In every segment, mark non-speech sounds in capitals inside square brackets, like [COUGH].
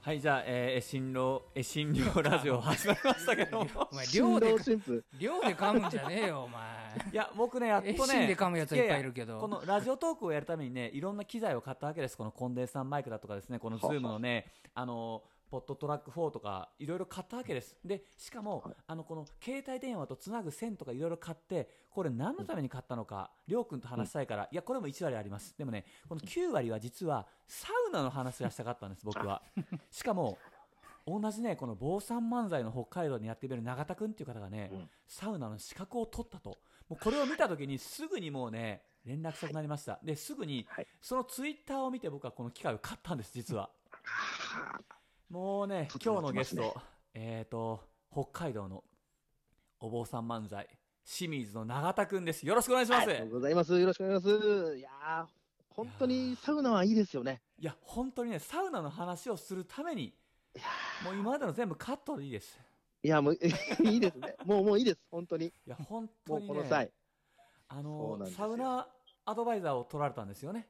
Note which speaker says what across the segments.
Speaker 1: はい、じゃあ、えー、新郎、え、新郎ラ
Speaker 2: [LAUGHS]
Speaker 1: ジオ始まりましたけども
Speaker 2: お。前、
Speaker 3: 新
Speaker 2: 量で
Speaker 3: 郎、
Speaker 2: [LAUGHS]
Speaker 3: 新婦。
Speaker 2: 量で噛むんじゃねえよ、お前。
Speaker 1: いや、僕ね、やっとね、
Speaker 2: え死んで噛むやつはいっぱいいるけど
Speaker 1: ややこのラジオトークをやるためにね、いろんな機材を買ったわけです。このコンデンサーマイクだとかですね、このズームのね、あの、ポットトラック4とか、いろいろ買ったわけです。で、しかも、あの、この携帯電話とつなぐ線とかいろいろ買って、これ何のために買ったのか、りょうくんと話したいから、いや、これも1割あります。でもね、この9割は実は、サウナの話がしたかったんです、僕は。 [LAUGHS] しかも、同じね、この坊さん漫才の北海道にやってみる永田君っていう方がね、
Speaker 3: うん
Speaker 1: サウナの資格を取ったと。もうこれを見た時にすぐにもうね、連絡先になりました。で、すぐに、
Speaker 3: はい
Speaker 1: そのツイッターを見て僕はこの機会を買ったんです、実は。もうね、今日のゲスト、
Speaker 3: とても
Speaker 1: えっ、ー、と、北海道のお坊さん漫才、清水の永田君です。よろしくお願いします。
Speaker 3: ありがとうございます。よろしくお願いします。いやー、本当にサウナはいいですよね。
Speaker 1: いや、本当にね、サウナの話をするために、もう今までの全部カットでいいです。
Speaker 3: いや、もう、 [LAUGHS] いいですね。もう、もういいです。本当に。
Speaker 1: いや、本
Speaker 3: も
Speaker 1: 当
Speaker 3: う
Speaker 1: に
Speaker 3: こ
Speaker 1: ね、
Speaker 3: の際。
Speaker 1: あの
Speaker 3: そうなんですよ
Speaker 1: サウナアドバイザーを取られたんですよね。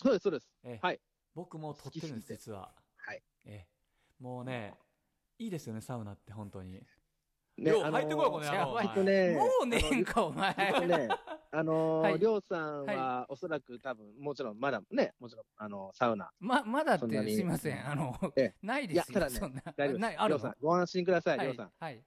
Speaker 3: そうです、そうです。
Speaker 1: ええ
Speaker 3: はい。
Speaker 1: 僕も取ってるんです、
Speaker 3: 好きすぎて
Speaker 1: 実は。
Speaker 3: はい。
Speaker 1: ええもうね、いいですよね、サウナって本当に。
Speaker 3: ね
Speaker 1: よう
Speaker 3: あのー
Speaker 1: 入ってこいこの野
Speaker 2: やば
Speaker 1: 郎
Speaker 2: い
Speaker 3: きっとね、
Speaker 2: もうねえんか、お前。
Speaker 3: きっとね、あの
Speaker 2: は
Speaker 3: ー、
Speaker 2: い
Speaker 3: りょうさんは、おそらく多分、もちろん、まだね、もちろん、あの、サウナ。
Speaker 2: [LAUGHS] ま、まだっ
Speaker 3: そんな
Speaker 2: て、
Speaker 3: に
Speaker 2: すいません。あの
Speaker 3: ええ、
Speaker 2: ない
Speaker 3: い
Speaker 2: で
Speaker 3: や、
Speaker 2: す
Speaker 3: ただ
Speaker 2: よ、
Speaker 3: ね
Speaker 2: そんな。、
Speaker 3: 大丈夫
Speaker 2: ない、
Speaker 3: です。
Speaker 2: あ
Speaker 3: り
Speaker 2: る
Speaker 3: ょうさ
Speaker 2: の
Speaker 3: ん、ご安心ください、
Speaker 2: は
Speaker 3: りょう
Speaker 2: い
Speaker 3: さん。
Speaker 2: はい。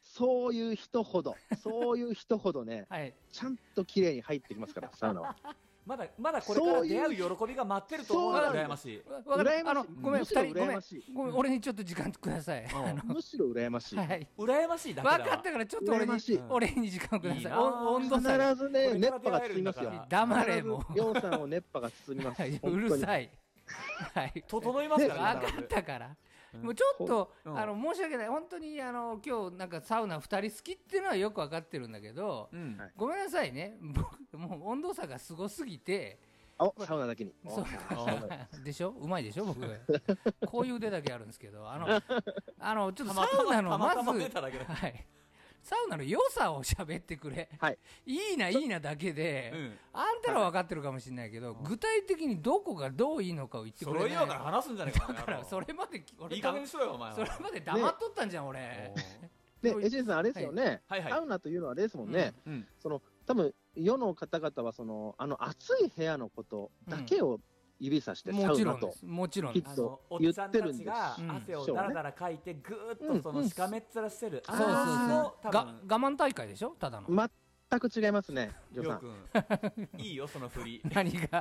Speaker 3: そういう人
Speaker 2: [LAUGHS]
Speaker 3: ほど、そういう人ほどね、
Speaker 2: はい。
Speaker 3: ちゃんと綺麗に入ってきますから、サウナは。
Speaker 1: まだ、まだこれから出会う喜びが待ってると思うの
Speaker 3: そうい
Speaker 1: で羨まし
Speaker 3: う
Speaker 1: い。
Speaker 2: わ [LAUGHS] わかる。あ
Speaker 3: 羨ま
Speaker 2: の、
Speaker 3: しい
Speaker 2: ごめん、二
Speaker 3: むしろ
Speaker 2: 人、ごめ
Speaker 3: 羨
Speaker 2: ん
Speaker 3: ましい。
Speaker 2: ごめん、俺にちょっと時間ください。
Speaker 1: うん
Speaker 3: むしろ羨ましい。
Speaker 2: はい。
Speaker 1: 羨ましいだけだ
Speaker 2: 分
Speaker 1: わ。
Speaker 2: かったから、ちょっと俺
Speaker 3: 羨まし
Speaker 2: に
Speaker 3: い、
Speaker 2: 俺に時間くだ
Speaker 1: いい
Speaker 2: さい。
Speaker 1: なあ
Speaker 2: お温度差が。
Speaker 3: 必ずね、
Speaker 1: これ
Speaker 3: 熱
Speaker 1: から
Speaker 3: 波が
Speaker 1: 出会え
Speaker 3: 進
Speaker 1: るんだ
Speaker 3: みま
Speaker 1: か
Speaker 3: す
Speaker 1: ら
Speaker 3: よ。
Speaker 2: 黙れ、も
Speaker 3: 必ず
Speaker 2: う。
Speaker 3: りょうさんを熱波が進みます。
Speaker 2: はい、
Speaker 3: 本
Speaker 2: [LAUGHS] う
Speaker 3: 当に
Speaker 2: るさい。はい。
Speaker 1: 整いますか
Speaker 2: 分
Speaker 1: ら、
Speaker 2: かったから、
Speaker 1: うん
Speaker 2: もうちょっと、
Speaker 1: うん
Speaker 2: あの申し訳ない、本当にあの今日なんかサウナ2人好きっていうのはよく分かってるんだけど、
Speaker 1: うん。
Speaker 3: はい
Speaker 2: ごめんなさいね、僕、もう温度差がすごすぎて、
Speaker 3: お、サウナだけに。
Speaker 2: [LAUGHS] そう [LAUGHS] でしょ、うまいでし
Speaker 1: [LAUGHS]
Speaker 2: ょ、僕、こういう腕だけあるんですけど、あのあのちょっとサウナの
Speaker 1: たま
Speaker 2: ま
Speaker 1: た
Speaker 2: ず、
Speaker 1: ま出ただけだ
Speaker 2: はい、サウナの良さを喋ってくれ、
Speaker 3: はい、
Speaker 2: いいな、いいなだけで、
Speaker 1: うん
Speaker 2: あんたらは分かってるかもしれないけど、具体的にどこがどういいのかを言ってくれな
Speaker 1: 揃
Speaker 2: い
Speaker 1: いようから話すんじゃないか、
Speaker 2: だからそれまで
Speaker 1: この野郎
Speaker 2: 俺
Speaker 1: いい加減にしろよ、お前
Speaker 2: それ
Speaker 1: は。
Speaker 2: まで黙っとったんじゃん、俺。
Speaker 3: で、エジェンさん、あれですよね。
Speaker 1: はいはい
Speaker 3: サウナというのはあれですもんね。
Speaker 1: うんうん
Speaker 3: その、多分、世の方々は、その、あの、暑い部屋のことだけを指さして、サ
Speaker 2: も
Speaker 3: ウ
Speaker 2: ちろ
Speaker 3: ナ
Speaker 2: んで
Speaker 3: と。
Speaker 2: す。もちろん
Speaker 3: き
Speaker 2: で
Speaker 3: っ
Speaker 2: す。
Speaker 1: あの
Speaker 3: と
Speaker 1: お
Speaker 3: 言
Speaker 1: っちゃ
Speaker 3: っ
Speaker 1: ん
Speaker 3: て
Speaker 1: た
Speaker 3: るんで
Speaker 1: ち
Speaker 3: す。
Speaker 1: が
Speaker 2: うん
Speaker 1: 汗をだらだらかいてぐーっとそのしかめっ面してる
Speaker 2: そうそうそう。
Speaker 1: あーの多
Speaker 2: が
Speaker 1: 分
Speaker 2: 我慢大会でしょただの。
Speaker 3: 全く違いますね、りょう
Speaker 1: り
Speaker 3: さ。
Speaker 1: ょうんくん、いいよ、その振り。
Speaker 2: 何が、
Speaker 3: [LAUGHS] 違い
Speaker 1: あ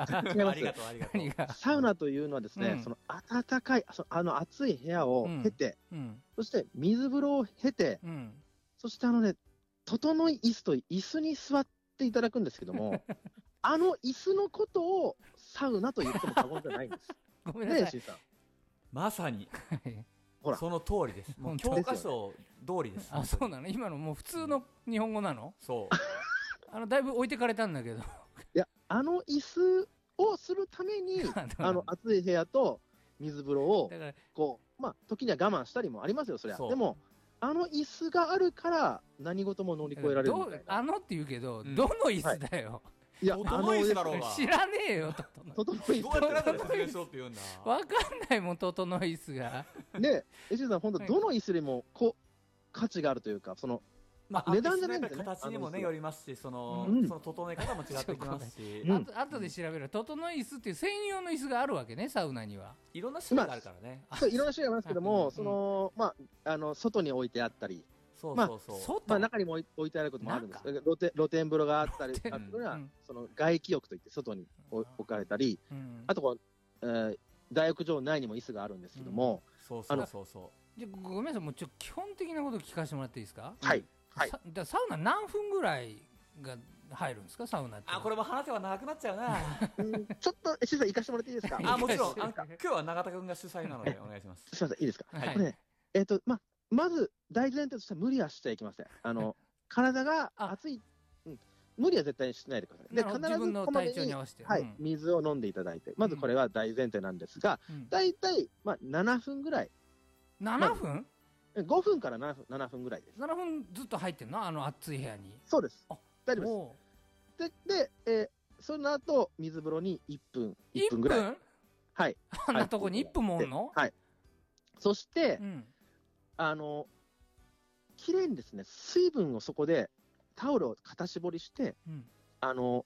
Speaker 3: ま
Speaker 1: りがと
Speaker 3: す。
Speaker 1: う、ありがとう
Speaker 2: 何。が。
Speaker 3: サウナというのはですね、
Speaker 2: うん
Speaker 3: その暖かい、そのあの暑い部屋を経て、
Speaker 2: うん。
Speaker 3: そして水風呂を経て、
Speaker 2: うん。
Speaker 3: そしてあのね、整い椅子と椅子に座っていただくんですけ
Speaker 1: [LAUGHS]
Speaker 3: ども、あの椅子のことをサウナと言っても過言じゃない
Speaker 1: [LAUGHS]
Speaker 3: んです。
Speaker 2: ごめん
Speaker 3: ね
Speaker 2: な
Speaker 3: え、
Speaker 2: さ
Speaker 3: シ
Speaker 2: い。
Speaker 3: ンさん。
Speaker 1: まさに、
Speaker 2: はい
Speaker 3: ほら、
Speaker 1: その通りです。もう
Speaker 2: 本
Speaker 1: 教
Speaker 2: 当
Speaker 1: 科書通りです。
Speaker 2: あ、そうなの今のもう普通の日本語なの
Speaker 1: そう。
Speaker 2: あの、だいぶ置いてかれたんだけど。、
Speaker 3: いや、あの椅子をするため
Speaker 1: [LAUGHS]
Speaker 3: に
Speaker 2: [LAUGHS] あの
Speaker 3: あの暑い部屋と水風呂を
Speaker 2: だ、から、
Speaker 3: こう、まあ、時には我慢したりもありますよ、そりゃ。
Speaker 1: そう
Speaker 3: でも、あの椅子があるから、何事も乗り越えられる
Speaker 2: ど
Speaker 3: みた
Speaker 2: う
Speaker 3: いな。
Speaker 2: あのって言うけど、
Speaker 1: うん
Speaker 2: どの椅子だよ。
Speaker 3: いや、
Speaker 1: 整
Speaker 3: あの
Speaker 1: い椅子
Speaker 3: です
Speaker 1: だろうが。
Speaker 2: [LAUGHS] 知らねえよ、整い。
Speaker 3: 整い
Speaker 1: ど
Speaker 3: 椅
Speaker 1: うやって
Speaker 3: 子
Speaker 1: なんか説明しろって言うんだ。
Speaker 2: わかんないもん、整い椅子が。
Speaker 3: ねえ、エシさん、本当
Speaker 2: はい
Speaker 3: どの椅子よりも、こう、価値があるというか、その、
Speaker 1: まあ、
Speaker 3: 値段じゃないん
Speaker 1: や
Speaker 3: だ
Speaker 1: っ
Speaker 3: ね
Speaker 1: ぱり形にもね、
Speaker 3: あの
Speaker 1: よりますし、その、
Speaker 3: うん
Speaker 1: その整え方も違ってきますし、
Speaker 3: うん
Speaker 2: あと後で調べる整い椅子っていう専用の椅子があるわけねサウナには、
Speaker 1: いろんな種類があるからね。
Speaker 3: そういろんな種類ありますけど
Speaker 2: う
Speaker 3: も、
Speaker 2: ん
Speaker 3: その、まあ、あの、外に置いてあったり、
Speaker 1: そう
Speaker 3: まあ
Speaker 1: そうそう。
Speaker 2: 外、
Speaker 3: まあ、中にも置い置いてあることもあるんです
Speaker 2: 中
Speaker 3: だから露天露天風呂があったり、
Speaker 2: 露
Speaker 3: あるのには、
Speaker 2: うん
Speaker 3: その、外気浴といって、外に置置かれたり、
Speaker 2: うん、
Speaker 3: あとこう、えー大浴場内にも椅子があるんですけども、
Speaker 1: そうそうそうそう。
Speaker 2: じゃごめんなさいもうちょ基本的なこと聞かせてもらっていいですか、
Speaker 3: はい。はい
Speaker 2: さだサウナ何分ぐらいが入るんですかサウナって
Speaker 1: あ、これも話せば長くなっちゃう
Speaker 3: [LAUGHS]
Speaker 1: な。
Speaker 3: うんちょっと、エシさん行かせてもらっていいですか
Speaker 1: あ、もちろん、
Speaker 2: いい
Speaker 1: あの
Speaker 2: です
Speaker 1: 今
Speaker 2: よ
Speaker 1: 日は永田君が主催なのでお願いし
Speaker 3: [LAUGHS]
Speaker 1: ます。
Speaker 3: すみません、いいですか、
Speaker 2: はい
Speaker 3: これね、えっ、と、ま、まず、大前提としては無理はしちゃいけません。あの、体が
Speaker 2: あ
Speaker 3: 熱い、うん、無理は絶対にしないでください。で、
Speaker 2: なるほ
Speaker 3: 必ず
Speaker 2: ど自分の
Speaker 3: こまめ
Speaker 2: 体調に合わせて、
Speaker 3: はい、
Speaker 2: うん
Speaker 3: 水を飲んでいただいて、まずこれは大前提なんですが、
Speaker 2: うん
Speaker 3: だいたい、まあ、7分ぐらい、
Speaker 2: 7分
Speaker 3: 5分から7分 ,7 分ぐらいです。
Speaker 2: 7分ずっと入ってんのあの暑い部屋に
Speaker 3: そうです
Speaker 2: あ。
Speaker 3: 大丈夫
Speaker 2: おう
Speaker 3: です。で、で、えーその後、水風呂に1分、1
Speaker 2: 1分
Speaker 3: 分ぐらい。はい。
Speaker 2: あんなとこに1分もおんの、
Speaker 3: はい。そして、
Speaker 2: うん。
Speaker 3: あの、綺麗にですね、水分をそこで、タオルを肩絞りして、
Speaker 2: うん。
Speaker 3: あの、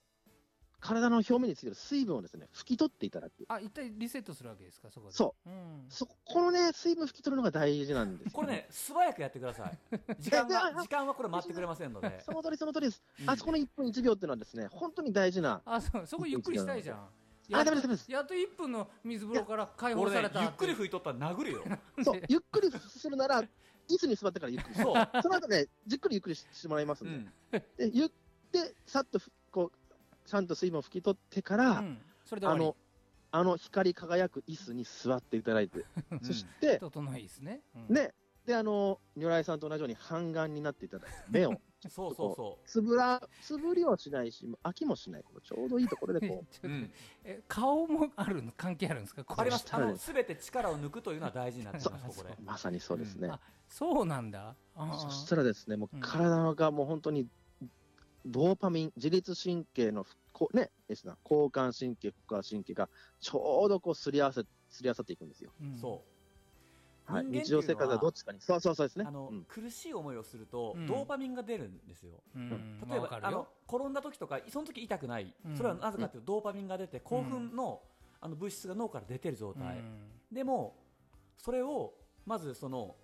Speaker 3: 体の表面についてる水分をですね、拭き取っていただく。
Speaker 2: あ、一体リセットするわけですか、そこで。。
Speaker 3: そう
Speaker 2: ん。
Speaker 3: そここのね、水分拭き取るのが大事なんですよ
Speaker 1: これね、素早くやってください。時間
Speaker 3: いやい [LAUGHS]
Speaker 1: が、
Speaker 3: や
Speaker 1: 時間はこれ待ってくれませんので
Speaker 3: そ。の通りその通りです。
Speaker 1: うん
Speaker 3: あそこの1分1秒っていうのはですね、本当に大事な。
Speaker 2: あ、そう、そこゆっくりしたいじゃん。
Speaker 3: あ、
Speaker 2: やっ
Speaker 3: ダ
Speaker 2: と
Speaker 3: メです、ダメです。
Speaker 2: やっと1分の水風呂から解放
Speaker 1: 俺
Speaker 2: さ
Speaker 1: ね
Speaker 2: れた。
Speaker 1: ゆっくり拭いとったら殴るよ。
Speaker 3: そう、ゆっくりするなら、椅子に座ってからゆっくり。
Speaker 1: そう。
Speaker 3: その後ね、じっくりゆっくりしてもらいます
Speaker 1: うん
Speaker 3: で。
Speaker 1: ん。
Speaker 3: で、言って、さっとふ、こう、ちゃんと水分を拭き取ってから、
Speaker 2: うん。それで
Speaker 3: あ
Speaker 2: 終わ
Speaker 3: の、あの光り輝く椅子に座っていただいて、
Speaker 1: うん
Speaker 3: そし
Speaker 2: り。
Speaker 3: て、
Speaker 2: 整いいですね。うん。
Speaker 3: ね、で、あの、如来さんと同じように半眼になっていただいて、目を、
Speaker 1: そうそうそ
Speaker 3: つぶら、つぶりはしないし、飽きもしない、こうちょうどいいところ
Speaker 2: え [LAUGHS]
Speaker 3: で
Speaker 2: ちょっ
Speaker 3: こう、
Speaker 2: と
Speaker 1: う。うん。
Speaker 2: え、顔もあるの、関係あるんですか、これ
Speaker 1: あります。
Speaker 3: 下
Speaker 1: あ
Speaker 3: で
Speaker 1: の、すべて力を抜くというのは大事になってきます、
Speaker 2: そう
Speaker 1: ここで。
Speaker 3: まさにそうですね。
Speaker 2: あそうなんだ。あ
Speaker 3: そし
Speaker 2: ー
Speaker 3: たらですね、もう
Speaker 2: うん
Speaker 3: 体がもう本当に、ドーパミン、自律神経の、こうね、ですな、交感神経、副交感神経が、ちょうどこう、すり合わせ、すり合わさっていくんですよ。
Speaker 2: うん
Speaker 1: そう。
Speaker 3: はい。
Speaker 1: 人間っていうのは
Speaker 3: 日常生活はどっちかに。そうそうそうですね。
Speaker 1: あの、
Speaker 3: うん
Speaker 1: 苦しい思いをすると、
Speaker 2: うん
Speaker 1: ドーパミンが出るんですよ。
Speaker 2: うん。
Speaker 1: 例えば、
Speaker 2: まあわか
Speaker 1: あ
Speaker 2: る
Speaker 1: の
Speaker 2: よ。
Speaker 1: 転んだ時とかその時痛くない、
Speaker 2: うん
Speaker 1: それはなぜかというとドーパミンが出て興奮の,、あの物質が脳から出てる状態、
Speaker 2: うん
Speaker 1: でもそれをまずその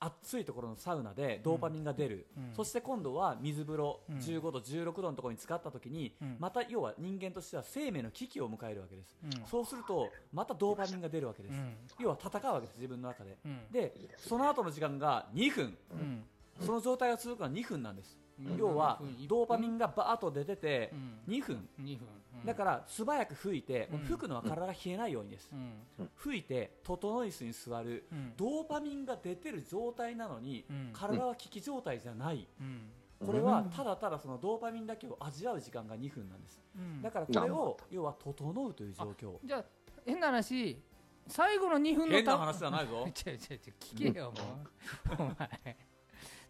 Speaker 1: 暑いところのサウナでドーパミンが出る、
Speaker 2: うん
Speaker 1: そして今度は水風呂
Speaker 2: うん
Speaker 1: 15度、16度のところに使った時に、
Speaker 2: うん
Speaker 1: また要は人間としては生命の危機を迎えるわけです、
Speaker 2: うん
Speaker 1: そうするとまたドーパミンが出るわけです、
Speaker 2: うん
Speaker 1: 要は戦うわけです自分の中で
Speaker 2: うん
Speaker 1: で
Speaker 3: いいですね
Speaker 1: その後の時間が2分
Speaker 2: うん
Speaker 1: その状態が続くのは2分なんです、
Speaker 2: うん
Speaker 1: 要は
Speaker 2: うん
Speaker 1: ドーパミンがバーッと出てて
Speaker 2: うん
Speaker 1: 2分、
Speaker 2: 二分うん
Speaker 1: だから素早く吹いて、
Speaker 2: うん
Speaker 1: 吹くのは体が冷えないようにです、
Speaker 2: うん
Speaker 1: 吹いて整い椅子に座る
Speaker 2: うん
Speaker 1: ドーパミンが出てる状態なのに、
Speaker 2: うん
Speaker 1: 体は危機状態じゃない、
Speaker 2: うん
Speaker 1: これはただただそのドーパミンだけを味わう時間が2分なんです、
Speaker 2: うん
Speaker 1: だからこれを要は整うという状況
Speaker 2: じゃあ変な話最後の2分の
Speaker 1: 変な話じゃないぞ
Speaker 2: [LAUGHS] 違う違う違う聞けよ
Speaker 1: [LAUGHS]
Speaker 2: もうお前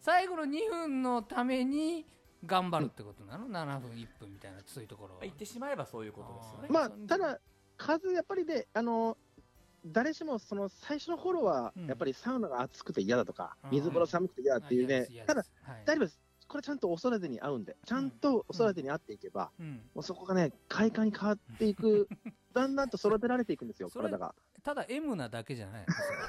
Speaker 2: 最後の2分のために頑張るってことなの7分1分みたいなそういうところは
Speaker 1: 言ってしまえばそういうことですよね、
Speaker 3: まあ、ただ、数、やっぱりで、あの、誰しもその最初の頃は
Speaker 2: うん、
Speaker 3: やっぱりサウナが暑くて嫌だとか、
Speaker 2: うん
Speaker 3: 水風呂寒くて嫌だっていうね、ただ、大
Speaker 2: 丈
Speaker 3: 丈夫です。これちゃんと恐れずに合うんで、ちゃんと恐れずに合っていけば、もうそこがね、快感に変わって
Speaker 2: [LAUGHS]
Speaker 3: いく、だんだんと育てられていくんですよ、
Speaker 2: それ
Speaker 3: 体が。
Speaker 2: ただ M なだけじゃない
Speaker 1: 受ける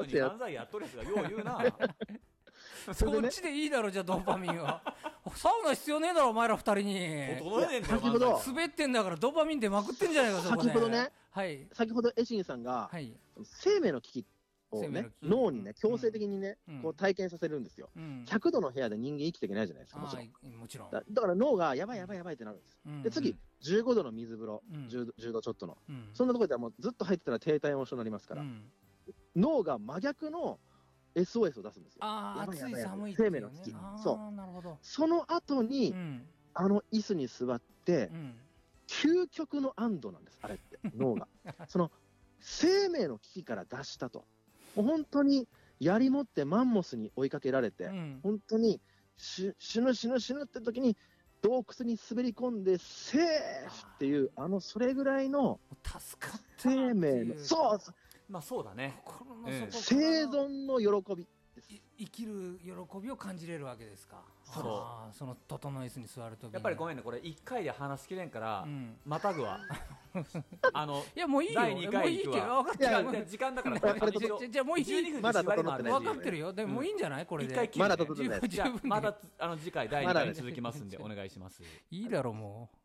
Speaker 1: のに漫才やっとるやつがよう言う
Speaker 2: [LAUGHS]
Speaker 1: な
Speaker 2: の
Speaker 3: [LAUGHS] それ
Speaker 2: そ
Speaker 3: で
Speaker 2: っ
Speaker 3: ね
Speaker 2: ちでいいだろじゃあドーパミンは [LAUGHS] サウナ必要ねえだろお前ら二人に
Speaker 1: 整えねえんだよ
Speaker 3: 先ほど
Speaker 1: 漫才
Speaker 2: 滑ってんだからドーパミン出まくってんじゃないかそこで
Speaker 3: 先ほどね
Speaker 2: はい
Speaker 3: 先ほどエシンさんが、
Speaker 2: はい
Speaker 3: 生命の危機を
Speaker 2: 生命の
Speaker 3: ね
Speaker 2: 危、機
Speaker 3: 脳に
Speaker 2: うん
Speaker 3: ね、強制的にね、
Speaker 2: うん
Speaker 3: こう体験させるんですよ。
Speaker 2: うん
Speaker 3: 100度の部屋で人間生きていけないじゃないですか、もちろん。
Speaker 2: はいもちろん
Speaker 3: だだから脳が、やばいやばいやばいってなるんです。
Speaker 2: うん
Speaker 3: で、次、15度の水風呂、
Speaker 2: うん
Speaker 3: 10度10度ちょっとの。
Speaker 2: うん
Speaker 3: そんなところではもうずっと入ってたら低体温症になりますから
Speaker 2: う、ん
Speaker 3: 脳が真逆の SOS を出すんですよ。
Speaker 2: ああ、
Speaker 3: やばい
Speaker 2: 暑い
Speaker 3: やばい
Speaker 2: 寒いっていうね。
Speaker 3: 生命の危機
Speaker 2: あー
Speaker 3: そ
Speaker 2: なるほど。
Speaker 3: その後
Speaker 2: う
Speaker 3: に、
Speaker 2: ん。
Speaker 3: あの椅子に座って
Speaker 2: う、ん。
Speaker 3: 究極の安堵なんです、あれって、脳が。その生命の危機から脱したと、もう本当に槍持ってマンモスに追いかけられて、
Speaker 2: うん
Speaker 3: 本当に死死ぬ、死ぬ、死ぬって時に、洞窟に滑り込んで、セーフっていう、あのそれぐらいの
Speaker 2: 助かったっていう。
Speaker 3: 生命の、そう、
Speaker 1: まあそうだね
Speaker 2: 心の
Speaker 1: ええ
Speaker 2: 底からの
Speaker 3: 生存の喜びです
Speaker 2: い。生きる喜びを感じれるわけですか。
Speaker 1: そう
Speaker 2: あーその整い椅子に座るとき。
Speaker 1: やっぱりご
Speaker 2: めん。
Speaker 1: めんねこれ1回で話しきれんから、
Speaker 2: うん。
Speaker 1: また
Speaker 3: [LAUGHS]
Speaker 1: ぐわあの
Speaker 2: いや、もういいよ。
Speaker 1: 第二回
Speaker 2: もういいけど。
Speaker 1: 行くわ
Speaker 2: 分かっ
Speaker 1: い
Speaker 2: た
Speaker 1: や
Speaker 2: よ。
Speaker 1: いや時間だから
Speaker 2: じゃ
Speaker 3: これ
Speaker 2: じゃじゃあもういい。
Speaker 1: 12分
Speaker 3: まだ
Speaker 1: 縛りもあるし
Speaker 3: 整って
Speaker 2: 分
Speaker 3: な
Speaker 2: か
Speaker 3: い
Speaker 2: ってるよ。でももういいんじゃないこれ
Speaker 1: 一回
Speaker 2: で
Speaker 1: 切。る
Speaker 3: まだ整ってな
Speaker 2: 十
Speaker 3: い
Speaker 2: 分
Speaker 1: じゃあまたあの次回第2
Speaker 3: まだ
Speaker 1: 回
Speaker 3: ね [LAUGHS]
Speaker 1: 続きますんでお願いします。
Speaker 2: いいだろ、もう。